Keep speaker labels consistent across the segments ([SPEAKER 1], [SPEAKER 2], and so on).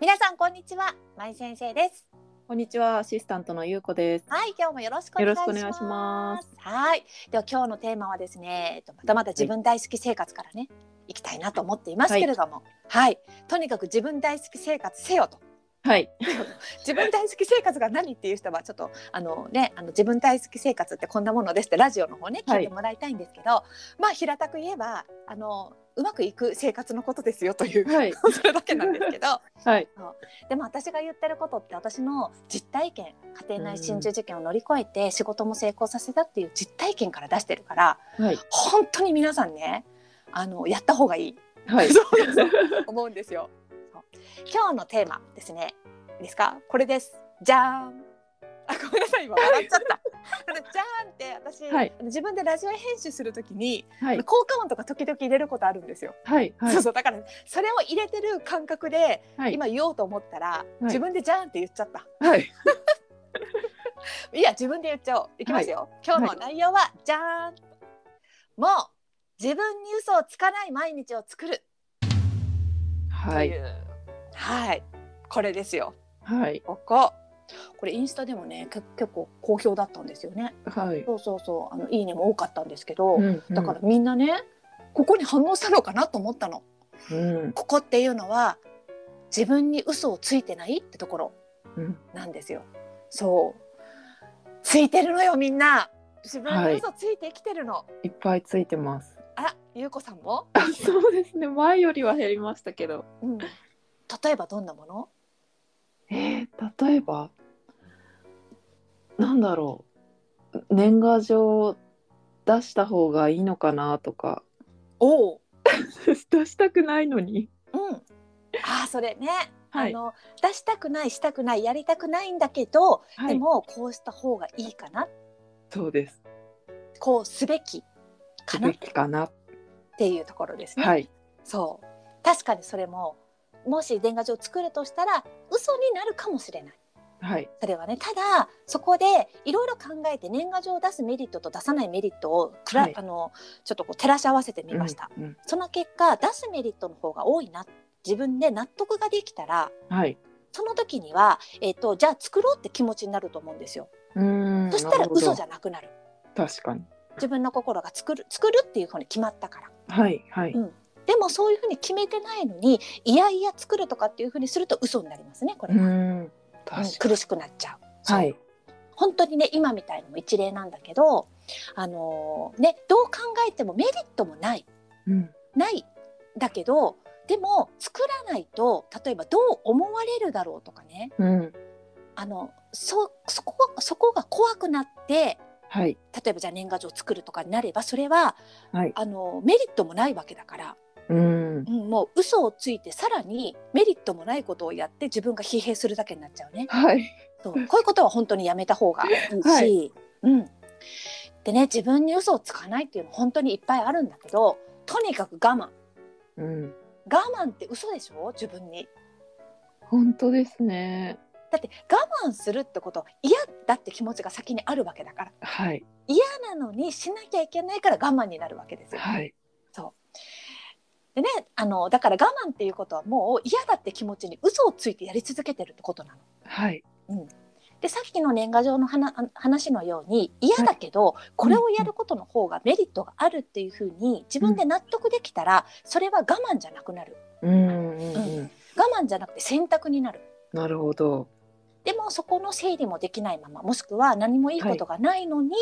[SPEAKER 1] 皆さんこんにちは、まい先生です。
[SPEAKER 2] こんにちは、アシスタントのゆうこです。
[SPEAKER 1] はい、今日もよろしくお
[SPEAKER 2] よ
[SPEAKER 1] 願
[SPEAKER 2] ろ
[SPEAKER 1] い
[SPEAKER 2] し
[SPEAKER 1] し
[SPEAKER 2] くお
[SPEAKER 1] ます。
[SPEAKER 2] 願いします。
[SPEAKER 1] はい、では今日のテーマはですね、えっとまたまた自分大好き生活からね、いきたいなと思っていますけれども、はい、とにかく自分大好き生活せよと。
[SPEAKER 2] はい、
[SPEAKER 1] 自分大好き生活が何っていう人はちょっとあのねあの自分大好き生活ってこんなものですってラジオの方ね聞いてもらいたいんですけど、まあ平たく言えばあのうまくいく生活のことですよという、
[SPEAKER 2] は い
[SPEAKER 1] それだけなんですけど
[SPEAKER 2] はい、
[SPEAKER 1] でも私が言ってることって私の実体験家庭内心中事件を乗り越えて仕事も成功させたっていう実体験から出してるから
[SPEAKER 2] はい、
[SPEAKER 1] 本当に皆さんねあのやった方がいい
[SPEAKER 2] はい、
[SPEAKER 1] そうそう そう思うんですよ。そう今日のテーマですね。いいですか？これです。じゃーん。あ、ごめんなさい今笑っちゃった。 あのじゃーんって私、
[SPEAKER 2] はい
[SPEAKER 1] あの自分でラジオ編集するときに、
[SPEAKER 2] はい、
[SPEAKER 1] 効果音とか時々入れることあるんですよ。
[SPEAKER 2] はい、はい
[SPEAKER 1] そう、そうだからそれを入れてる感覚で、
[SPEAKER 2] はい、
[SPEAKER 1] 今言おうと思ったら、
[SPEAKER 2] い
[SPEAKER 1] 自分でじゃーんって言っちゃった。
[SPEAKER 2] はい、
[SPEAKER 1] いや自分で言っちゃおう。いきますよ。今日の内容はじゃーん。もう自分に嘘をつかない毎日を作ると
[SPEAKER 2] はいい、
[SPEAKER 1] う。はい、これですよ。
[SPEAKER 2] はい、
[SPEAKER 1] ここ。これインスタでもね、け結構好評だったんですよね。
[SPEAKER 2] はい。
[SPEAKER 1] そうそうそう、あのいいねも多かったんですけど、
[SPEAKER 2] うん
[SPEAKER 1] だから、みんなね、ここに反応したのかなと思ったの。
[SPEAKER 2] うん、
[SPEAKER 1] ここっていうのは自分に嘘をついてないってところ
[SPEAKER 2] うん、
[SPEAKER 1] なんですよ。そう。ついてるのよみんな。自分
[SPEAKER 2] は
[SPEAKER 1] に
[SPEAKER 2] い
[SPEAKER 1] 嘘ついて生きてるの。
[SPEAKER 2] いっぱいついてます。
[SPEAKER 1] あ、ゆうこさんも？
[SPEAKER 2] あ、そうですね。前よりは減りましたけど。
[SPEAKER 1] うん。例えばどんなもの？
[SPEAKER 2] えー、例えば。なんだろう。年賀状。出した方がいいのかなとか。
[SPEAKER 1] おお。
[SPEAKER 2] 出したくないのに。
[SPEAKER 1] うん。あー、それね。
[SPEAKER 2] はい
[SPEAKER 1] あの出したくないしたくないやりたくないんだけど、
[SPEAKER 2] は
[SPEAKER 1] で
[SPEAKER 2] い。
[SPEAKER 1] もこうした方がいいかな
[SPEAKER 2] そうです。
[SPEAKER 1] こうすべきか
[SPEAKER 2] す
[SPEAKER 1] なっ
[SPEAKER 2] べきかな。
[SPEAKER 1] ていうところですね。
[SPEAKER 2] はい。
[SPEAKER 1] そう確かにそれももし年賀状を作るとしたら嘘になるかもしれない
[SPEAKER 2] はい。
[SPEAKER 1] それはねただそこでいろいろ考えて年賀状を出すメリットと出さないメリットをくら、
[SPEAKER 2] はい
[SPEAKER 1] あのちょっとこう照らし合わせてみました、
[SPEAKER 2] うん。うん
[SPEAKER 1] その結果出すメリットの方が多いな自分で納得ができたら
[SPEAKER 2] はい。
[SPEAKER 1] その時には、えっとじゃあ作ろうって気持ちになると思うんですよ。
[SPEAKER 2] うーん
[SPEAKER 1] そしたら嘘じ
[SPEAKER 2] ゃ
[SPEAKER 1] ゃなくなる
[SPEAKER 2] 確かに
[SPEAKER 1] 自分の心が作る作るっていうふうに決まったから
[SPEAKER 2] はいはい、
[SPEAKER 1] うんでもそういうふうに決めてないのにいやいや作るとかっていうふうにすると嘘になりますねこれ
[SPEAKER 2] う
[SPEAKER 1] は、うん
[SPEAKER 2] ーん確か
[SPEAKER 1] 苦しくなっちゃう。
[SPEAKER 2] には
[SPEAKER 1] そう
[SPEAKER 2] い
[SPEAKER 1] 本当にね今みたいのも一例なんだけど、あのーね、どう考えてもメリットもない
[SPEAKER 2] うん
[SPEAKER 1] ないだけどでも作らないと例えばどう思われるだろうとかね
[SPEAKER 2] うん
[SPEAKER 1] あのそそこそこが怖くなって
[SPEAKER 2] はい
[SPEAKER 1] 例えばじゃあ年賀状作るとかになればそれは
[SPEAKER 2] はい
[SPEAKER 1] あのメリットもないわけだから、
[SPEAKER 2] うん
[SPEAKER 1] うん、もう嘘をついてさらにメリットもないことをやって自分が疲弊するだけになっちゃうね。
[SPEAKER 2] はい
[SPEAKER 1] そうこういうことは本当にやめた方がいいし、
[SPEAKER 2] はい
[SPEAKER 1] うん、でね自分に嘘をつかないっていうの本当にいっぱいあるんだけどとにかく我慢
[SPEAKER 2] うん
[SPEAKER 1] 我慢って嘘でしょ自分に。
[SPEAKER 2] 本当ですね
[SPEAKER 1] だって我慢するってこと嫌だって気持ちが先にあるわけだから
[SPEAKER 2] はい
[SPEAKER 1] 嫌なのにしなきゃいけないから我慢になるわけですよ。
[SPEAKER 2] はい
[SPEAKER 1] でねあのだから我慢っていうことはもう嫌だって気持ちに嘘をついてやり続けてるってことなの。
[SPEAKER 2] はい
[SPEAKER 1] でさっきの年賀状の話話のように嫌だけど、これをやることの方がメリットがあるっていうふうに自分で納得できたら、それは我慢じゃなくなる
[SPEAKER 2] うんうんうん
[SPEAKER 1] 我慢じゃなくて選択になる
[SPEAKER 2] なるほど
[SPEAKER 1] でもそこの整理もできないままもしくは何もいいことがないのに、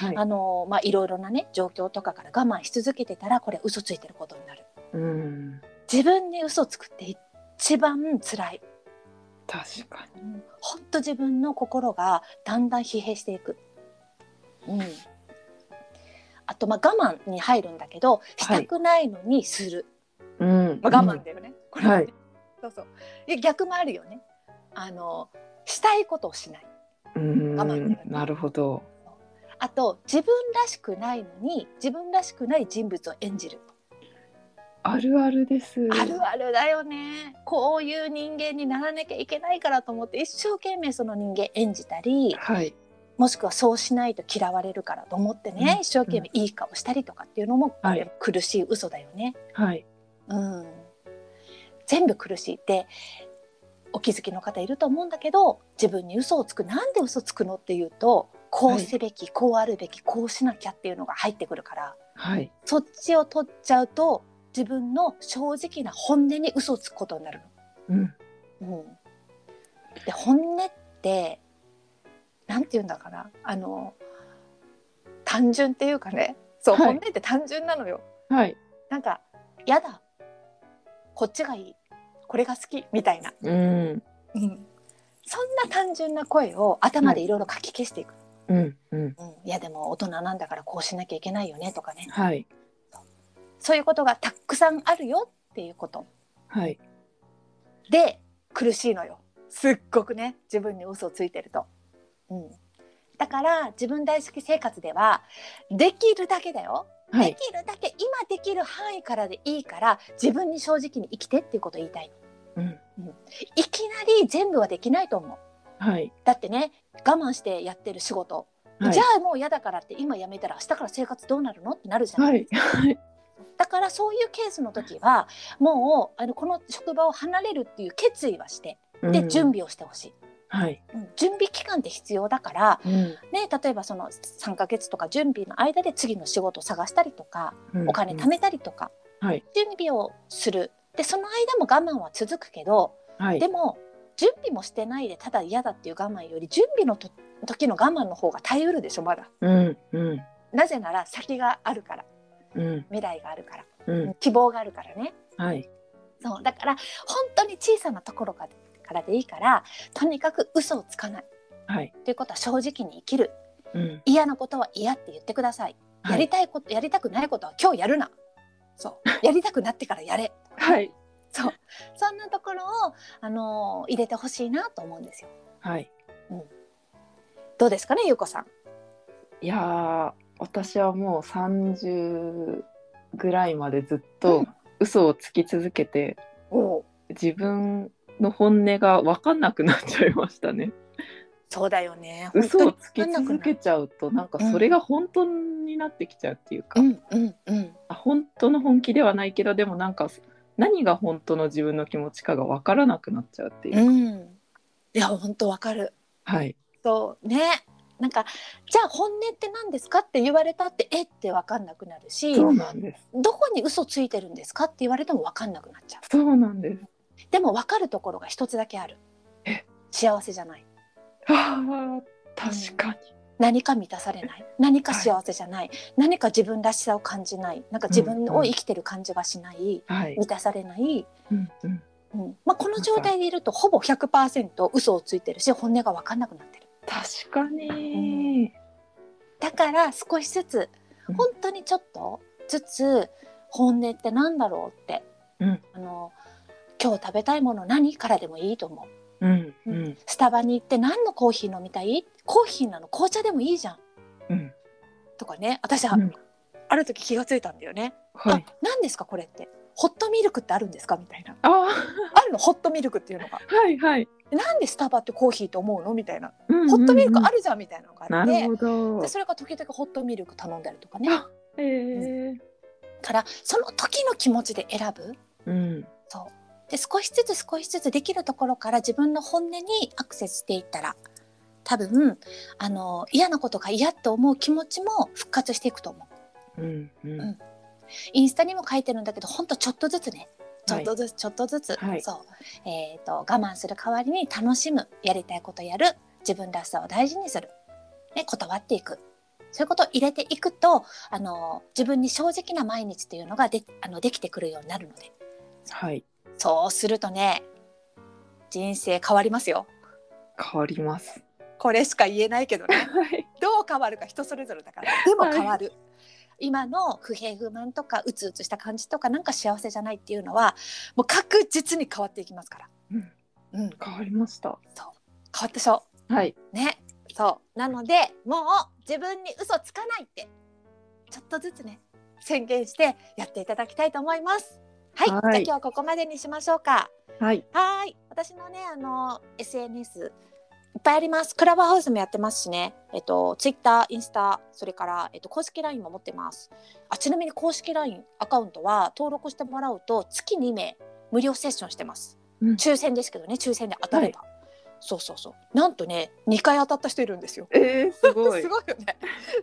[SPEAKER 2] はい
[SPEAKER 1] あのまあいろいろなね状況とかから我慢し続けてたらこれ嘘ついてることになる
[SPEAKER 2] うん
[SPEAKER 1] 自分に嘘つくって一番辛い
[SPEAKER 2] 確かに
[SPEAKER 1] うんほんと自分の心がだんだん疲弊していく。うん、あとまあ我慢に入るんだけどしたくないのにする、
[SPEAKER 2] うん
[SPEAKER 1] まあ、我慢だよね、これはね
[SPEAKER 2] はい
[SPEAKER 1] そうそうで逆もあるよねあのしたいことをしない
[SPEAKER 2] うん
[SPEAKER 1] 我慢
[SPEAKER 2] うんなるほど
[SPEAKER 1] あと自分らしくないのに自分らしくない人物を演じる、
[SPEAKER 2] あるあるです
[SPEAKER 1] あるあるだよねこういう人間にならなきゃいけないからと思って一生懸命その人間演じたり、
[SPEAKER 2] はい
[SPEAKER 1] もしくはそうしないと嫌われるからと思ってね、
[SPEAKER 2] うん
[SPEAKER 1] 一生懸命いい顔したりとかっていうのも、
[SPEAKER 2] はい
[SPEAKER 1] あれ苦しい嘘だよね。
[SPEAKER 2] はい
[SPEAKER 1] うん、全部苦しいってお気づきの方いると思うんだけど自分に嘘をつくなんで嘘つくのっていうとこうすべき、こうあるべきこうしなきゃっていうのが入ってくるから
[SPEAKER 2] はい。
[SPEAKER 1] そっちを取っちゃうと自分の正直な本音に嘘をつくことになる
[SPEAKER 2] うん。
[SPEAKER 1] の。うん、で本音ってなんて言うんだかなあの単純っていうかねそう、
[SPEAKER 2] はい
[SPEAKER 1] 本音って単純なのよ。
[SPEAKER 2] はい。
[SPEAKER 1] なんか嫌だこっちがいいこれが好きみたいな。
[SPEAKER 2] うん。
[SPEAKER 1] うんそんな単純な声を頭でいろいろかき消していく、
[SPEAKER 2] うん。うん。
[SPEAKER 1] うんいやでも大人なんだからこうしなきゃいけないよねとかね
[SPEAKER 2] はい。
[SPEAKER 1] そういうことがたくさんあるよっていうこと
[SPEAKER 2] はい。
[SPEAKER 1] で苦しいのよすっごくね自分に嘘をついてると、うん、だから自分大好き生活ではできるだけだよ、
[SPEAKER 2] は
[SPEAKER 1] で
[SPEAKER 2] い。
[SPEAKER 1] きるだけ今できる範囲からでいいから自分に正直に生きてっていうことを言いたいの
[SPEAKER 2] うん。
[SPEAKER 1] いきなり全部はできないと思う
[SPEAKER 2] はい。
[SPEAKER 1] だってね我慢してやってる仕事
[SPEAKER 2] はい。
[SPEAKER 1] じゃあもう嫌だからって今やめたら明日から生活どうなるのってなるじゃない、
[SPEAKER 2] はい。
[SPEAKER 1] だからそういうケースの時はもうあのこの職場を離れるっていう決意はしてで準
[SPEAKER 2] 備。
[SPEAKER 1] 備をしてほしい、
[SPEAKER 2] はい。
[SPEAKER 1] うん準備期間って必要だから、
[SPEAKER 2] うん。
[SPEAKER 1] ね、例えばその3ヶ月とか準備の間で次の仕事を探したりとかお金貯
[SPEAKER 2] め。
[SPEAKER 1] めたりとか、
[SPEAKER 2] はい
[SPEAKER 1] 準備をするでその間も我慢は続くけど
[SPEAKER 2] はい
[SPEAKER 1] で。も準備もしてないでただ嫌だっていう我慢より準備のと時の我慢の方が耐えうるでしょまだ。
[SPEAKER 2] うん。うん。
[SPEAKER 1] なぜなら先があるから
[SPEAKER 2] うん。
[SPEAKER 1] 未来があるから、
[SPEAKER 2] うん。
[SPEAKER 1] 希望があるからね
[SPEAKER 2] はい。
[SPEAKER 1] そうだから本当に小さなところからからでいいからとにかく嘘をつかない
[SPEAKER 2] はい。
[SPEAKER 1] ということは正直に生きる
[SPEAKER 2] うん。
[SPEAKER 1] 嫌なことは嫌って言ってください
[SPEAKER 2] はい
[SPEAKER 1] やりたいこと、やりたくないことは今日やるな そうやりたくなってからやれ
[SPEAKER 2] はい。
[SPEAKER 1] そうそんなところを、あのー入れてほしいなと思うんですよ
[SPEAKER 2] はい。
[SPEAKER 1] どうですかねゆうこさん
[SPEAKER 2] いやー、私はもう三十ぐらいまでずっと嘘をつき続けて、
[SPEAKER 1] お
[SPEAKER 2] 自分の本音が分かんなくなっちゃいましたね。
[SPEAKER 1] そうだよね
[SPEAKER 2] 嘘を
[SPEAKER 1] 本
[SPEAKER 2] つ
[SPEAKER 1] 当に
[SPEAKER 2] き
[SPEAKER 1] 分かんなくな
[SPEAKER 2] 続
[SPEAKER 1] る
[SPEAKER 2] けちゃうとなんかそれが本当になってきちゃうっていうか、
[SPEAKER 1] うんうんうん
[SPEAKER 2] あ本当の本気ではないけどでもなんか何が本当の自分の気持ちかが分からなくなっちゃうっていう、
[SPEAKER 1] うんいや本当わかる
[SPEAKER 2] はい
[SPEAKER 1] そうねなんかじゃあ本音って何ですかって言われたってえって分かんなくなるし
[SPEAKER 2] そうなんです
[SPEAKER 1] どこに嘘ついてるんですかって言われても分かんなくなっちゃう
[SPEAKER 2] そうなんです
[SPEAKER 1] でも分かるところが一つだけある
[SPEAKER 2] え
[SPEAKER 1] 幸せじゃない
[SPEAKER 2] あ確かに、
[SPEAKER 1] 何か満たされない何か幸せじゃない、何か自分らしさを感じないなんか自分を生きてる感じがしない、
[SPEAKER 2] はい、
[SPEAKER 1] 満たされない、
[SPEAKER 2] うんうん、
[SPEAKER 1] うんまあ、この状態でいるとほぼ100%嘘をついてるし本音が分かんなくなってる
[SPEAKER 2] 確かに、
[SPEAKER 1] だから少しずつ
[SPEAKER 2] うん
[SPEAKER 1] 本当にちょっとずつ本音ってなんだろうって、
[SPEAKER 2] うん
[SPEAKER 1] あの今日食べたいもの何からでもいいと思う
[SPEAKER 2] うんうん
[SPEAKER 1] スタバに行って何のコーヒー飲みたいコーヒーなの紅茶でもいいじゃん
[SPEAKER 2] うん
[SPEAKER 1] とかね私は、
[SPEAKER 2] うん
[SPEAKER 1] ある時気がついたんだよね、
[SPEAKER 2] はい
[SPEAKER 1] あ何ですかこれってホットミルクってあるんですかみたいな
[SPEAKER 2] あー
[SPEAKER 1] あるのホットミルクっていうのが
[SPEAKER 2] はいはい、
[SPEAKER 1] なんでスタバってコーヒーと思うのみたいな
[SPEAKER 2] うんうんうん
[SPEAKER 1] ホットミルクあるじゃんみたいなのがあ
[SPEAKER 2] な
[SPEAKER 1] って、
[SPEAKER 2] るほど
[SPEAKER 1] でそれが時々ホットミルク頼んだりとかね
[SPEAKER 2] あえー、
[SPEAKER 1] からその時の気持ちで選ぶ
[SPEAKER 2] うん
[SPEAKER 1] そうで少しずつ少しずつできるところから自分の本音にアクセスしていったら多分あの嫌なことが嫌と思う気持ちも復活していくと思う
[SPEAKER 2] うんうん
[SPEAKER 1] んインスタにも書いてるんだけどほんとちょっとずつねちょっとずつちょっとずつ、
[SPEAKER 2] はい
[SPEAKER 1] そう、えー、と我慢する代わりに楽しむやりたいことやる自分らしさを大事にする、ね、断っていくそういうことを入れていくとあの自分に正直な毎日というのがであのできてくるようになるので
[SPEAKER 2] はい
[SPEAKER 1] そうするとね人生変わりますよ
[SPEAKER 2] 変わります
[SPEAKER 1] これしか言えないけど ね
[SPEAKER 2] はい
[SPEAKER 1] どう変わるか人それぞれだからでも
[SPEAKER 2] はい
[SPEAKER 1] 変わる、今の不平不満とかうつうつした感じとかなんか幸せじゃないっていうのはもう確実に変わっていきますから、
[SPEAKER 2] うん
[SPEAKER 1] うん、変わ
[SPEAKER 2] 変わりました
[SPEAKER 1] ったでしょ
[SPEAKER 2] はい
[SPEAKER 1] ねそうなのでもう自分に嘘つかないってちょっとずつね宣言してやっていただきたいと思いますはい、じゃ
[SPEAKER 2] はい
[SPEAKER 1] あ今日はここまでにしましょうか
[SPEAKER 2] はい
[SPEAKER 1] はーい。私のね、あの、SNS、いっぱいあります。クラブハウスもやってますしね。えっと、ツイッター、インスタ、それから、えっと、公式 LINE も持ってます。あ、ちなみに公式 LINE アカウントは、登録してもらうと、月2名、無料セッションしてます。
[SPEAKER 2] うん
[SPEAKER 1] 抽選ですけどね抽選で当たれば、そうそうそうなんとね2回当たった人いるんですよ。
[SPEAKER 2] えー、すご い
[SPEAKER 1] す。ごいよね。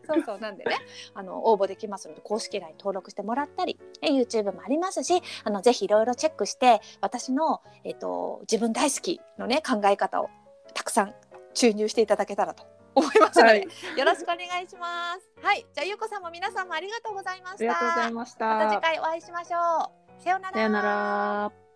[SPEAKER 1] そうそうなんでね、あの応募できますので公式 LINE 登録してもらったり、え YouTube もありますし、あのぜひいろいろチェックして私のえっ、と自分大好きのね考え方をたくさん注入していただけたらと思いますので、
[SPEAKER 2] はい
[SPEAKER 1] よろしくお願いします。はい、じゃあゆうこさんも皆さんもありがとうございま
[SPEAKER 2] あ
[SPEAKER 1] し
[SPEAKER 2] りがとうござい
[SPEAKER 1] た。
[SPEAKER 2] まし
[SPEAKER 1] また
[SPEAKER 2] た
[SPEAKER 1] 次。回お会いしましょう。さようなら。
[SPEAKER 2] さよなら。